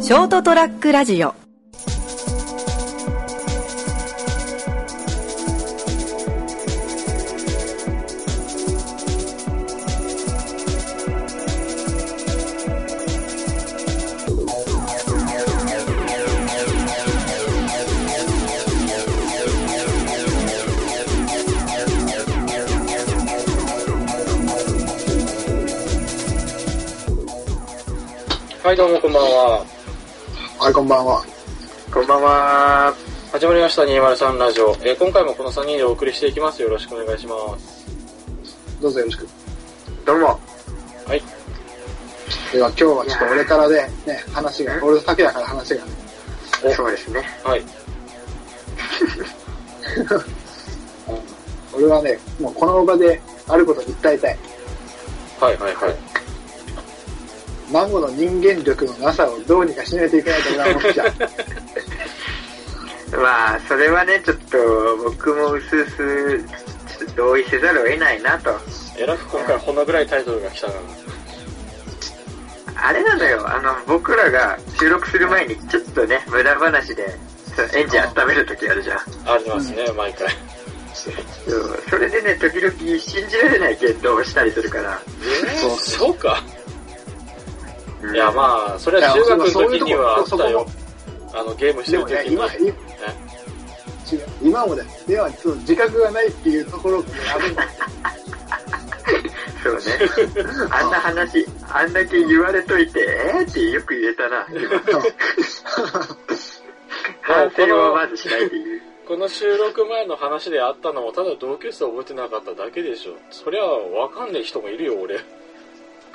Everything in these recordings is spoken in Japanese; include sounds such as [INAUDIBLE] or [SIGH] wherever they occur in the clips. ショートトラックラジオはい、どうもこんばんは。はい、こんばんは。こんばんは。始まりました203ラジオ。えー今回もこの3人でお送りしていきます。よろしくお願いします。どうぞよろしく。どうも。はい。では今日はちょっと俺からで、ね、話が、俺と拓也から話がね、おそうですね。はい。あの俺はね、もうこの場であることに訴えたい。はいはいはい。マモの人間力のなさをどうにかしないといけないと俺は思っちゃう。まあ、それはね、ちょっと、僕もうすうす、ちょっと同意せざるを得ないなと。えらく今回こんなぐらいタイトルが来たな。あれなのよ、あの、僕らが収録する前に、ちょっとね、無駄話で、そうエンジン温める時あるじゃん。ありますね、毎回。そうそれでね、時々信じられない言動をしたりするから。えー、そうか。いや、あ。まあ、それは中学の時にはあっいやたそういうよとこ。あの、ゲームして [LAUGHS] でるもね時、に。今、い違う今もだよ。では、その自覚がないっていうところがね、危ない。そうね。 [LAUGHS] あんな話、あんだけ言われといて、えー、ってよく言えたな。 [LAUGHS] 反省をまずしないでいう。この収録前の話であったのも、ただ同級生覚えてなかっただけでしょ。そりゃ、わかんない人もいるよ、俺。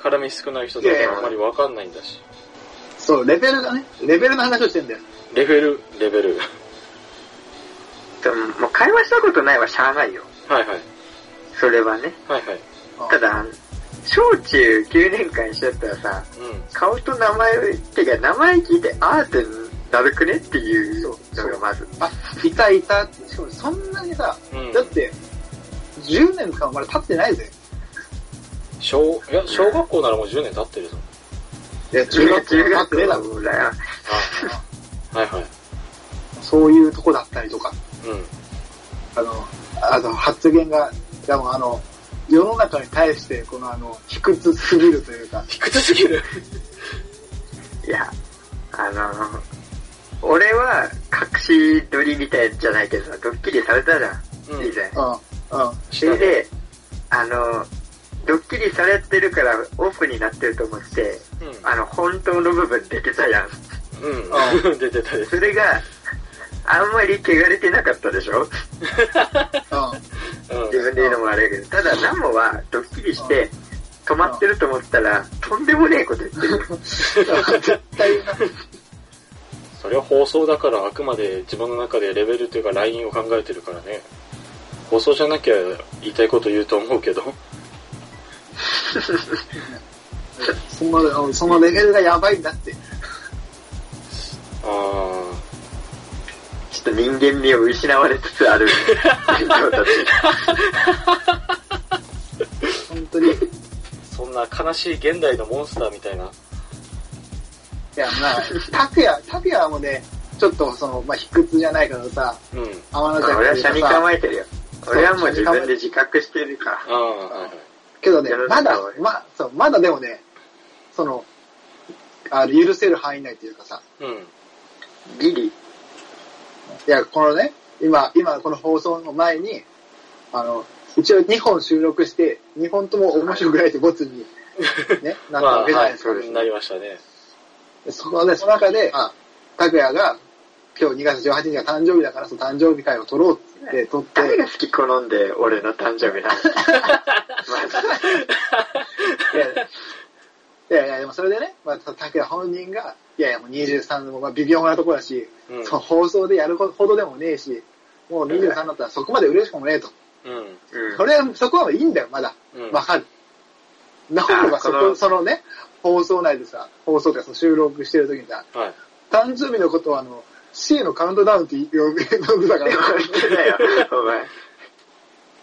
絡み少ない人だいやいとやあんまりわかんないんだし。 [LAUGHS] そう、レベルがね、レベルの話をしてんだよ。レベル、レベル。でももう会話したことないはしゃあないよ。はいはい。それはね。はいはい。ただ、小中9年間一緒だったらさ、うん。顔と名前を言ってか、名前聞いて、あーってなるくねっていうのがまず。あ、いたいたって。しかもそんなにさ、うんだって、10年とかまだ経ってないぜ。小、いや、小学校ならもう10年経ってるぞ。 [LAUGHS] いや、中学中生経っ学てねえだろ。校だよ。あ、はいはい。そういうとこだったりとか、うん。あの、あの、発言が、でもあの、世の中に対して、このあの、卑屈すぎるというか、卑屈すぎる。いや、あの、俺は隠し撮りみたいじゃないけどさ、ドッキリされたじゃん、うん。以前。うん、うん。 [LAUGHS] それで、あの、ドッキリされてるからオフになってると思って、あの、本当の部分出てたやん。うん。うん。出てたです。それが、あんまり汚れてなかったでしょうんう自。分で言うのもあれやけど。ただ、ナモはドッキリして、止まってると思ったら、とんでもねえこと言ってる。ん。絶対な、それは放送だから、あくまで自分の中でレベルというか、ラインを考えてるからね。放送じゃなきゃ言いたいこと言うと思うけど。その、うんそのレベルがやばいんだって。あー。ちょっと人間味を失われつつある。本当に。いそんな悲しい現代のモンスターみたいな。や、まあ、拓也、拓也もね、ちょっとその、まあ、卑屈じゃないけどさ、うん。天の俺は弱車に構えてるよ。俺はもう自分で自覚してるかあー。はいはい。けどねやる、まだやる、ま、そう、まだでもね、その、あの許せる範囲内というかさ、うん。ら。ギリ。いや、このね、今、今、この放送の前に、あの、一応2本収録して、2本とも面白くないってボ [LAUGHS] ツに、ね、なまっあ、たわけじゃなはいですか。い。なりましたね。そこで、その中で、まあ、拓也が、今日2月18日が誕生日だから、その誕生日会を撮ろうって撮って、誰が好き好んで俺の誕生日なのいやいや、いやいや、でもそれでね、まあ、拓也本人が、いやいや、もう23の、まあ、微妙なところだし、うんその放送でやるほどでもねえし、もう23だったらそこまで嬉しくもねえと。うん。それは、そこはいいんだよ、まだ。うん。わかる。なおがそあここ、のそのね、放送内でさ、放送とかその収録してる時にさ、はい。誕生日のことをあの、C のカウントダウ [LAUGHS] ンって呼んでたから、本当だよ、お前。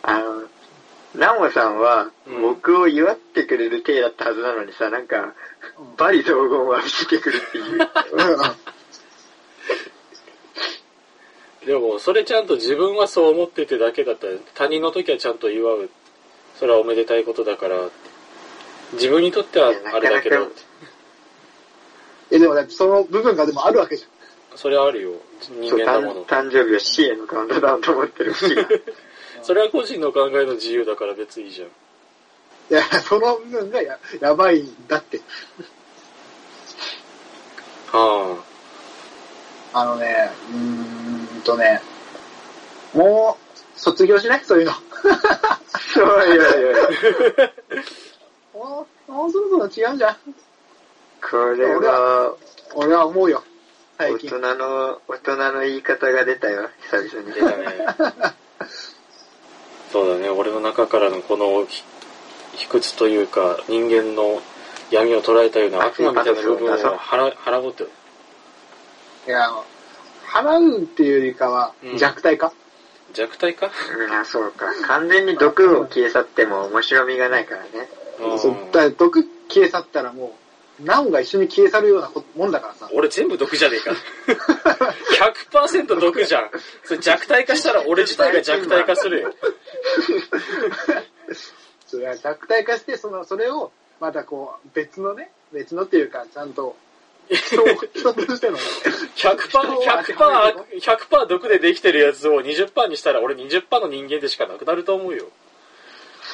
あの、ナオさんはうん、僕を祝ってくれる体だったはずなのにさ、なんか、バリ雑言を浴びせてくるっていう。でも、それちゃんと自分はそう思っててだけだったら、他人の時はちゃんと祝う。それはおめでたいことだから、自分にとってはあれだけど、え、でもね、その部分がでもあるわけじゃそれはあるよ。人そう間だも誕の。誕生日は死へのカウントダウンと思って [LAUGHS] るし、それは個人の考えの自由だから別にいいじゃん。ん。いや、その部分がややばいんだって。ああのね、うーんとね、もう、卒業しないそういうの。そういやいや、もう、もうそろそろ違うんじゃん。これは俺は思うよ。大最近人。の、大人の言い方が出たよ、久々あ、に出。たね。そうだね、俺の中からのこのひ卑屈というか、人間の闇を捉えたような悪魔みたいな部分を腹腹ごって、いや、払うっていうよりかはうん弱体化、弱体かうんあ、そうか。完全に毒を消え去っても面白みがないからね。そううんだから毒消え去ったらもう、ナオが一緒に消え去るようなこもんだからさ。俺全部毒じゃねえか。100%毒じゃん。それ弱体化したら俺自体が弱体化するよ。それは弱体化して、その、それを、またこう、別のね、別のっていうか、ちゃん [LAUGHS] と、人を、人としてのね、 100%、100%、100%毒でできてるやつを20%にしたら俺20%の人間でしかなくなると思うよ。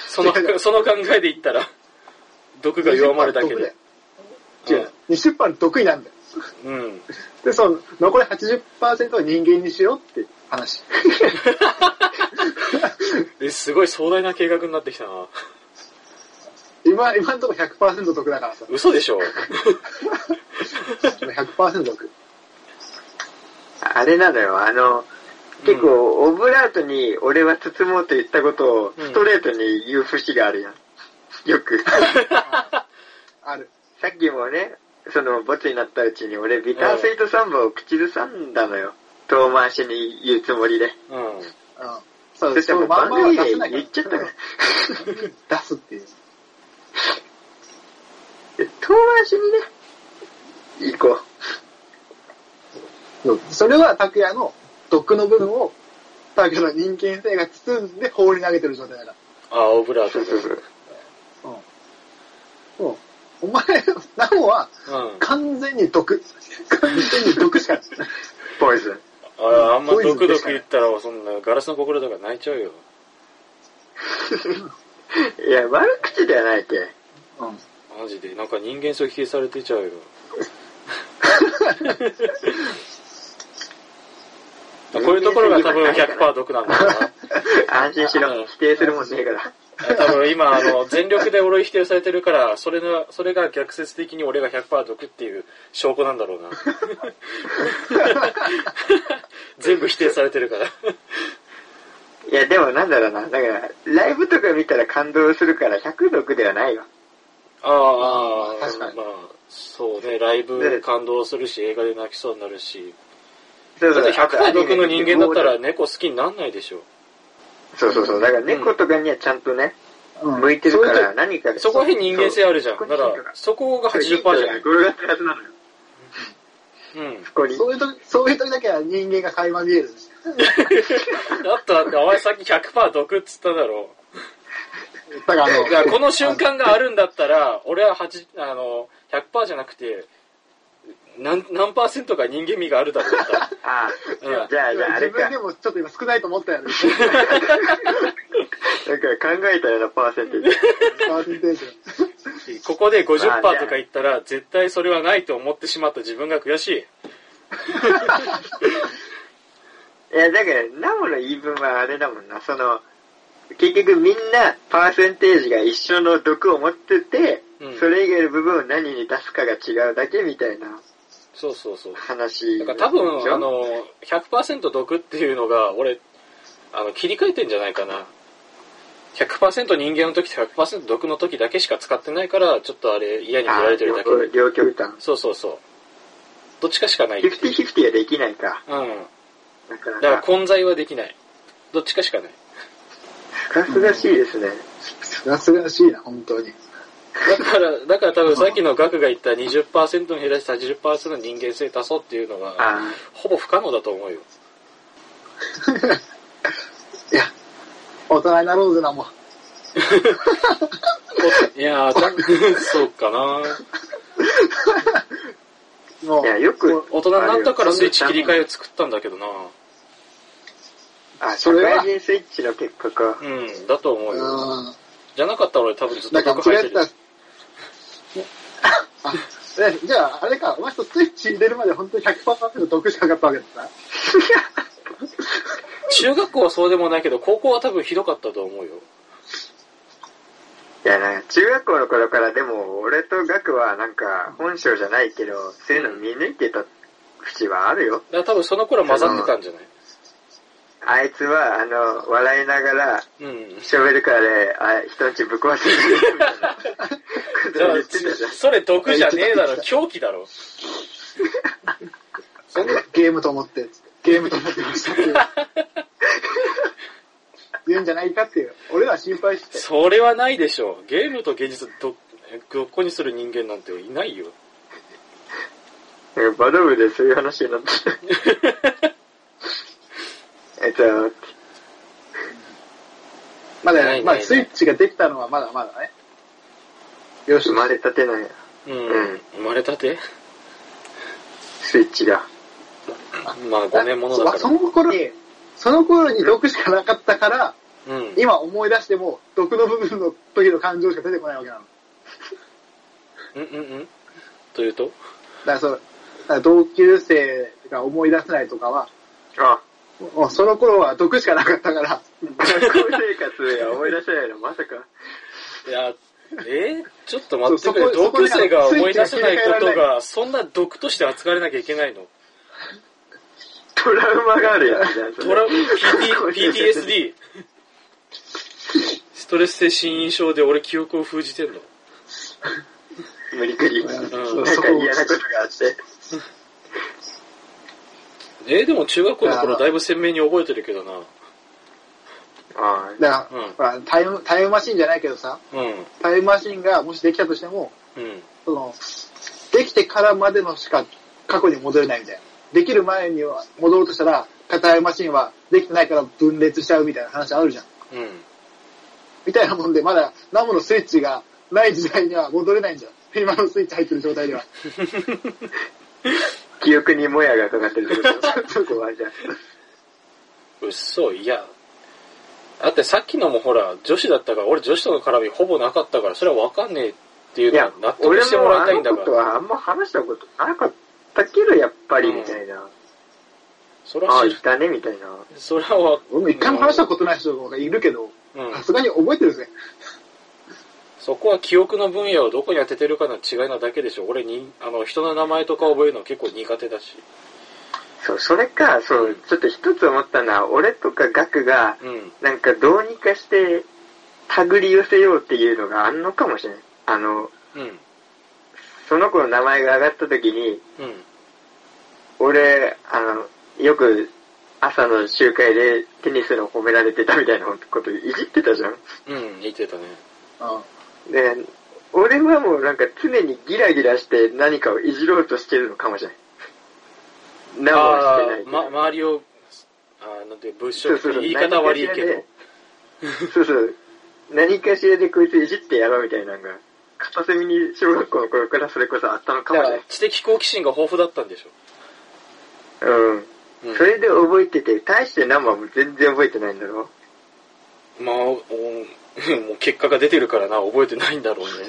その、その考えで言ったら、毒が弱まるだけで。違う。20%の得意なんだよ。うん。で、その、残り80%は人間にしようって話。えすごい壮大な計画になってきたな。今、今のところ100%得だからさ。嘘でしょ100%得。あれなのよ、あの、結構、オブラートに俺は包もうと言ったことをうんストレートに言う節があるやん。[LAUGHS] よく。ある。さっきもね、その、ボツになったうちに俺、ビタースイートサンバを口ずさんだのよ。遠回しに言うつもりで。うん。うん。そ、そうしたそのらもうまん番まは組出でせないから言っちゃった [LAUGHS] から。出すっていう。遠回しにね、行こそうそれは拓也の毒の部分を、拓也の人間性が包んで放り投げてる状態だかあ、オブラう。ートそうそうそう。ら。うん。そう。お前、ナモはだ。うん。完全に毒。完全に毒しかない。ポイズン。ああんまポイズン毒で々すか言らったら、そんなガラスの心とか泣いちゃうよ。 [LAUGHS] いや、悪口ではないけ。うん。マジで。なんか人間性否定されてちゃう [LAUGHS] よ。こういうところが多分100%毒なんだろうな。安心しろ。否定するもんねえから。 [LAUGHS] 多分今、あの、全力で俺を否定されてるから、それの、それが逆説的に俺が100%毒っていう証拠なんだろ [LAUGHS] うな。全部否定されてるから。いや、でもなんだろうな。だから、ライブとか見たら感動するから、100毒ではないよ。ああ、まあ確かにまあ、そうね、ライブ感動するし、映画で泣きそうになるし。そだうそっう。て100%毒の人間だったあらと。猫好きになんないでしょ。そうそうそう。だから猫とかにはちゃんとね、うん [LAUGHS] 向いてるかそういうら、何かでそこら辺人間性あるじゃん。そうだから、そこが80%じゃない。これがはずなのよ。うん。ここに時。そういう時、そういう時だけは人間が垣間見えるんです。 [LAUGHS] だったらだって、お前さっき100%毒っつっただろ。だからあだからの、この瞬間があるんだったら、俺は8、あの、100%じゃなくて、何、何パーセントか人間味があるだろう [LAUGHS] と。あうんあ、じゃあ、じゃあ、あれ自分か。だかでもちょっと今少ないと思ったよね。ら考えたようなパーセン [LAUGHS] テージ。パーセンテージが。ここでま50%あねとか言ったら、絶対それはないと思ってしまった自分が悔しい。いや、だから、ナモの言い分はあれだもんな、その、結局みんなパーセンテージが一緒の毒を持ってて、うんそれ以外の部分を何に出すかが違うだけみたいなそうそうそう。話。だから多でし分、ょあ、の、100%毒っていうのが、俺、あの、切り替えてんじゃないかな。100%人間の時と100%毒の時だけしか使ってないから、ちょっとあれ嫌に見あられてるだけで。両両極端。そうそうそう。どっちかしかない。うフィんフティフィフティはできないか。。なかだからなか。混在はできない。どっちかしかない。すがすがしいですね。やすら [LAUGHS] しいな、本当に。だから、だから多 [LAUGHS] 分さっきの額が言った20%に減らして80%の人間性足そうっていうのは、あほぼ不可能だと思うよ。いや、大人になろうぜな、もう。いやー、ちゃん [LAUGHS] そうかなもあ。いや、よく。大人になったからスイッチ切り替えを作ったんだけどなあ、そ社れは会人スイッチの結果か。うん、だと思うよ。うん。じゃなかったら俺多分ずっだとか額ら間入っ違てっるた。。あ、えじゃあ、あれか、お前とスイッチ入れるまで本当に100%得しかなかったわけだな。中学校はそうでもないけど、高校は多分ひどかったと思うよ。いや、なんか中学校の頃からでも、俺とガクはなんか、本性じゃないけど、そういうの見抜いてた節はあるよ。だから多分その頃混ざってたんじゃないあいつは、あの、笑いながら、うん。ショベルカーで、あ、人んちぶっ壊してるみたいなことを言ってたじゃん。それ毒じゃねえだろ、狂気だろ。そんな、ゲームと思って、ゲームと思ってました [LAUGHS] っていう。言うんじゃないかっていう。俺ら心配して。それはないでしょう。ゲームと現実ど、どっこにする人間なんていないよ。なんかバド部でそういう話になってた。えっと、まないだ、ねまあ、スイッチができたのはまだまだね。よし生、まれたてなんや。うん。うん生まれたてスイッチが。まあ5年ものだかそら。の頃に、その頃に毒しかなかったから、うん。今思い出しても、毒の部分の時の感情しか出てこないわけなの。うんうんうん。というとだからその、だから同級生が思い出せないとかは、あ、もうその頃は毒しかなかったから、学校生活が思い出せないの、まさか。いや、えーちょっと待ってくれ。そうそ同こ級生がそこに思い出せないこスイッチが切り替えとらが、そんな毒として扱われなきゃいけないの。トラウマがあるやつじゃん、それトラ、PT、PTSD。ストレス性心因症で俺記憶を封じてんの。無理くり。なんかうん嫌なことがあって。えーでも中学校の頃だいぶ鮮明に覚えてるけどな。ああ、だから、うんほらタイム、タイムマシンじゃないけどさ、うん。タイムマシンがもしできたとしても、うん。その、できてからまでのしか過去に戻れないみたいな。できる前には戻ろうとしたら、タイムマシンはできてないから分裂しちゃうみたいな話あるじゃん。うん。みたいなもんで、まだナムのスイッチがない時代には戻れないんじゃん。今のスイッチ入ってる状態では。記憶にもやがかかってるってことそこはじゃうっそ、いや。だってさっきのもほら、女子だったから、俺女子との絡みほぼなかったから、それはわかんねえっていうあ。いのやは納、得俺してももらいあたいんのだこかとら。はあんま話したことなかったけど、やっぱりみたいな。それあはあ、知いる、たね、みたいな。それは、俺も一回も話したことない人がいるけど、うん。さすがに覚えてるぜ。そこは記憶の分野をどこに当ててるかの違いなだけでしょ。俺に、あの、人の名前とか覚えるの結構苦手だし。そう、それか、そう、ちょっと一つ思ったのは、俺とかガクが、うん。なんかどうにかして、手繰り寄せようっていうのがあんのかもしれない。あの、うん。その子の名前が上がった時に、うん。俺、あの、よく朝の集会でテニスの褒められてたみたいなこといじってたじゃん。うん。言ってたね。うんで、俺はもうなんか常にギラギラして何かをいじろうとしてるのかもしれない。あーなおしてないけど。ま、周りを、あーなんて、物そう色そうそう言い方悪いけど。。そうそう。何かしらでこいついじってやろうみたいなのが、片隅に小学校の頃からそれこそあったのかもだしかれらない。知的好奇心が豊富だったんでしょ。うん。うんそれで覚えてて、大してナンバーも全然覚えてないんだろまあ、おもう結果が出てるからな、覚えてないんだろうね。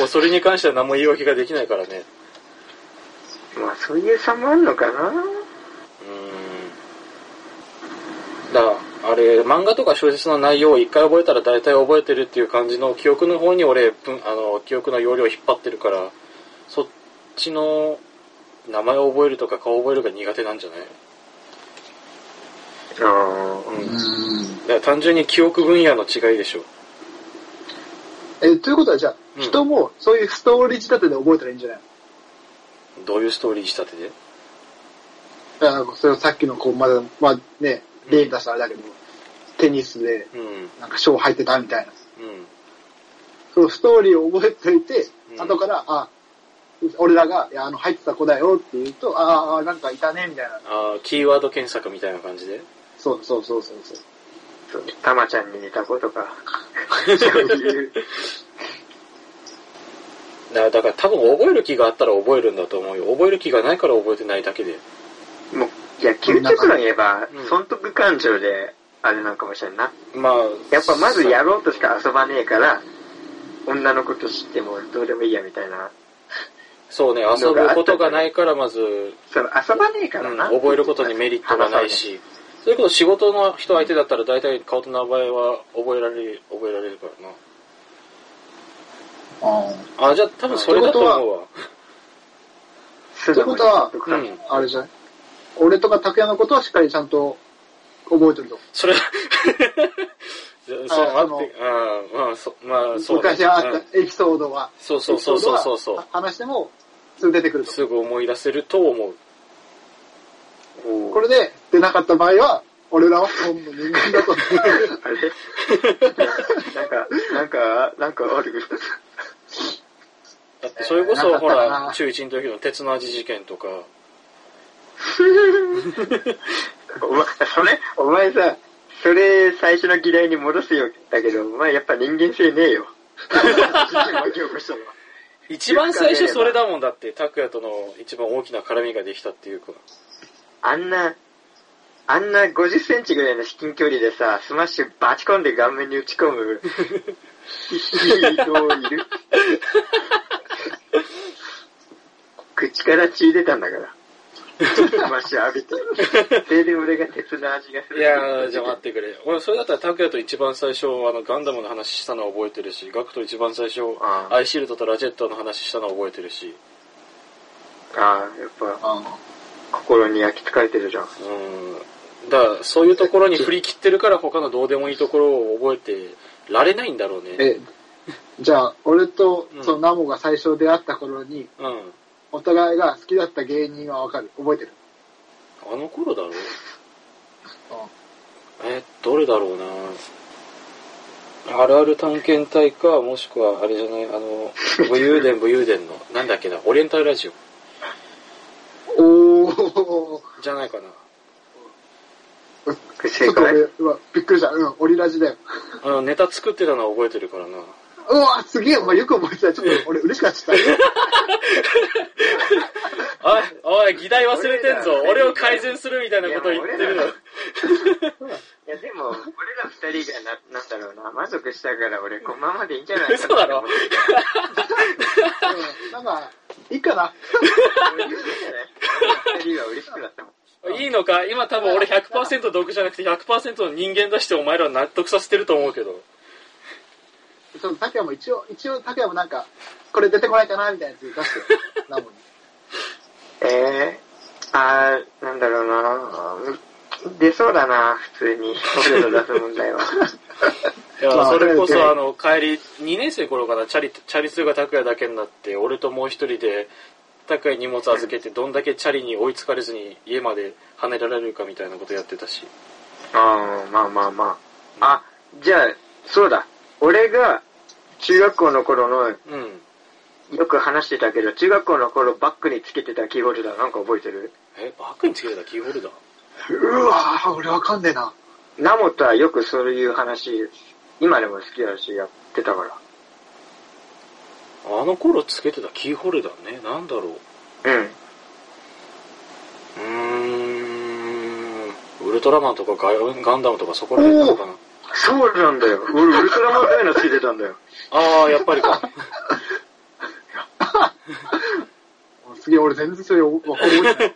もうそれに関しては何も言い訳ができないからね。う。まあそういう差もあんのかなうーん。だからあれ、漫画とか小説の内容を一回覚えたら大体覚えてるっていう感じの記憶の方に俺、ぶんあの、記憶の容量を引っ張ってるから、そっちの名前を覚えるとか顔を覚えるが苦手なんじゃないあうあ。ん。だから単純に記憶分野の違いでしょ。え、ということはじゃあ、うん人もそういうストーリー仕立てで覚えたらいいんじゃないのどういうストーリー仕立てでだからそれをさっきのこう、まだ、まあね、例に出したあれだけど、テニスで、うんうんなんか賞入ってたみたいな。そのストーリーを覚えておいて、うん後から、あ、俺らが、いや、あの、入ってた子だよって言うと、あーあー、なんかいたね、みたいな。ああキーワード検索みたいな感じでそうそうそうそうそう。そうたまちゃんに似たことか。だだから多分覚える気があったら覚えるんだと思うよ覚える気がないから覚えてないだけでもう、いや、究極論言えばうん、損得感情で、あれなんかもしれんな。まあやっぱまずやろうとしか遊ばねえから、女のこと知ってもどうでもいいやみたいな。そうね遊ぶことがないからまず、その遊ばねえからうんな。覚えることにメリットがないしそれこそ仕事の人相手だったら大体顔と名前は覚えられる覚えられるからなああじゃあ多分それだと思うわ話さない。って素う直にんあ、あれじゃない俺とか拓也のことはしっかりちゃんと覚えてると。それ [LAUGHS] そあうそあのってあーまあそまあそうね、昔あうっんたエピソードは、そうそうそうそうそうそエピソードはうは話しても、すぐ出てくると。すぐ思い出せると思うおーこれで出なかった場合は、俺らは本の人間だ [LAUGHS] と。あれなんか、なんか、なんかある。だってそれこそなんほかあったなら中1の時の鉄の味事件とかお前、それ、お前さ、それ最初の議題に戻すよだけど、お前やっぱ人間性ね [LAUGHS] えよ。事件巻き起こしたの一番最初それだもんだって拓哉との一番大きな絡みができたっていうかあんな、あんな50センチぐらいの至近距離でさ、スマッシュバチ込んで顔面に打ち込む人いる口から血出たんだから。スマッシュ浴びて。それで俺が鉄の味がする。いやー、じゃあ待ってくれ。俺、それだったら、拓也と一番最初、あの、ガンダムの話したのは覚えてるし、ガクと一番最初、あーアイシールドとラジェットの話したのは覚えてるし、ああ、やっぱあ心に焼き付かれてるじゃん。うん。だから、そういうところに振り切ってるから、他のどうでもいいところを覚えてられないんだろうね。え、じゃあ、俺とうんそのナモが最初出会った頃に、うん。お互いが好きだった芸人はわかる。覚えてる。あの頃だろううんえ、どれだろうなあるある探検隊か、もしくは、あれじゃない、あの、武勇伝武勇伝の、なんだっけな、オリエンタルラジオおー。じゃないかな。ちょっと俺、うわびっくりした。うん、オリラジだよ。あの、ネタ作ってたのは覚えてるからな。うわ、すげえ、お前よく覚えてた。ちょっと俺嬉しかった。おい、おい、議題忘れてんぞ。俺を改善するみたいなこと言ってるの。いやでも、俺ら二人がな、なんだろうな、満足したから俺、このままでいいんじゃないか嘘だろうんなんか、いいかな。俺二人は嬉しくなったもん。いいのか今多分俺100%毒じゃなくて100%の人間出してお前らを納得させてると思うけど。ちょっと、拓也も一応、一応、拓也もなんか、これ出てこないかな、みたいなやつ出してよ。なのに。 [LAUGHS] えー、あー、なんだろうな、出そうだな、普通に。俺ら出す問題は。いや、まあそれこそそれであの、帰り、2年生頃かな、チャリ、チャリ数が拓也だけになって、俺ともう一人で、拓也に荷物預けて、どんだけチャリに追いつかれずに家まで跳ねられるかみたいなことやってたし。あー、まあまあまあ。あ、じゃあ、そうだ。俺が、中学校の頃の、うん。よく話してたけど、中学校の頃バッグにつけてたキーホルダーなんか覚えてるえ、バッグにつけてたキーホルダーうわぁ、俺わかんねえな。ナモとはよくそういう話、今でも好きだし、やってたかあの頃つけてたキーホルダーね、なんだろう。ら。うん。うーんウルトラマンとかガガンダムとかそこら辺なのかなそうなんだよ。俺、ウルトラマンダイナついてたんだよ。ああやっぱりかすげえ、俺全然それわかんない。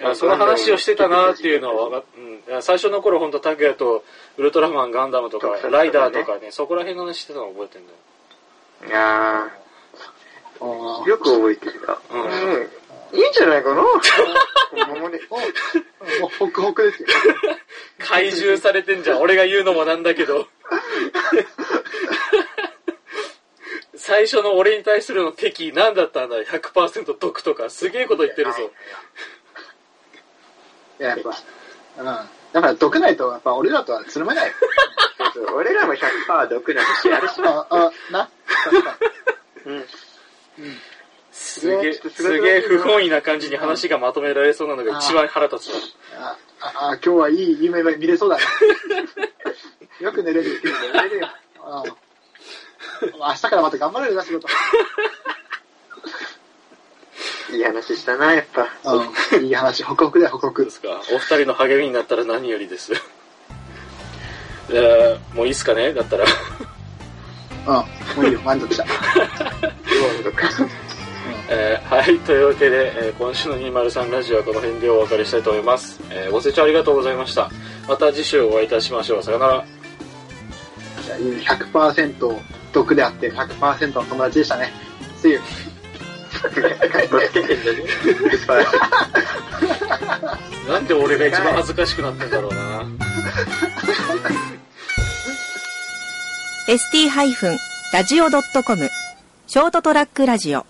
いやその話をしてたなっていうのは分かうんいや最初の頃本当拓也とウルトラマンガンダムとか特撮とかねライダーとかねそこら辺の話してたの覚えてんだよいやあーー、よく覚えてた。うんうん。いいんじゃないかな桃ね。おもうホクホクですよ。怪獣されてんじゃん俺が言うのもなんだけど最初の俺に対するの敵何だったんだ100%毒とかすげえこと言ってるぞいや、やっぱ、うん。だから毒ないと、やっぱ俺らとはつるめないよ。そう俺らも100%毒なんてやるし。あ、あ、な。確かうん。すげえ、すげえ不本意な感じに話がまとめられそうなのが一番腹立つわ。あ、あ、あ今日はいい夢見れそうだね。よく寝れる。寝れるよ。あ明日からまた頑張れるな、仕事。いい話したな、やっぱ。うん。いい話、ホクホクだよ、そホクホうクで。すか。お二人の励みになったら何よりです。じゃあ、もういいっすかねだったら。うん。もういいよ、満足した。どう [LAUGHS] か。えーはい、というわけで、えー今週の203ラジオはこの辺でお別れしたいと思います。えーご清聴ありがとうございました。また次週お会いいたしましょう。さよなら。じゃあ100%毒であって100%の友達でしたね。See you. かっこつけてんのに。 [LAUGHS] なんで俺が一番恥ずかしくなったんだろうな。 ST-radio.com ショートトラックラジオ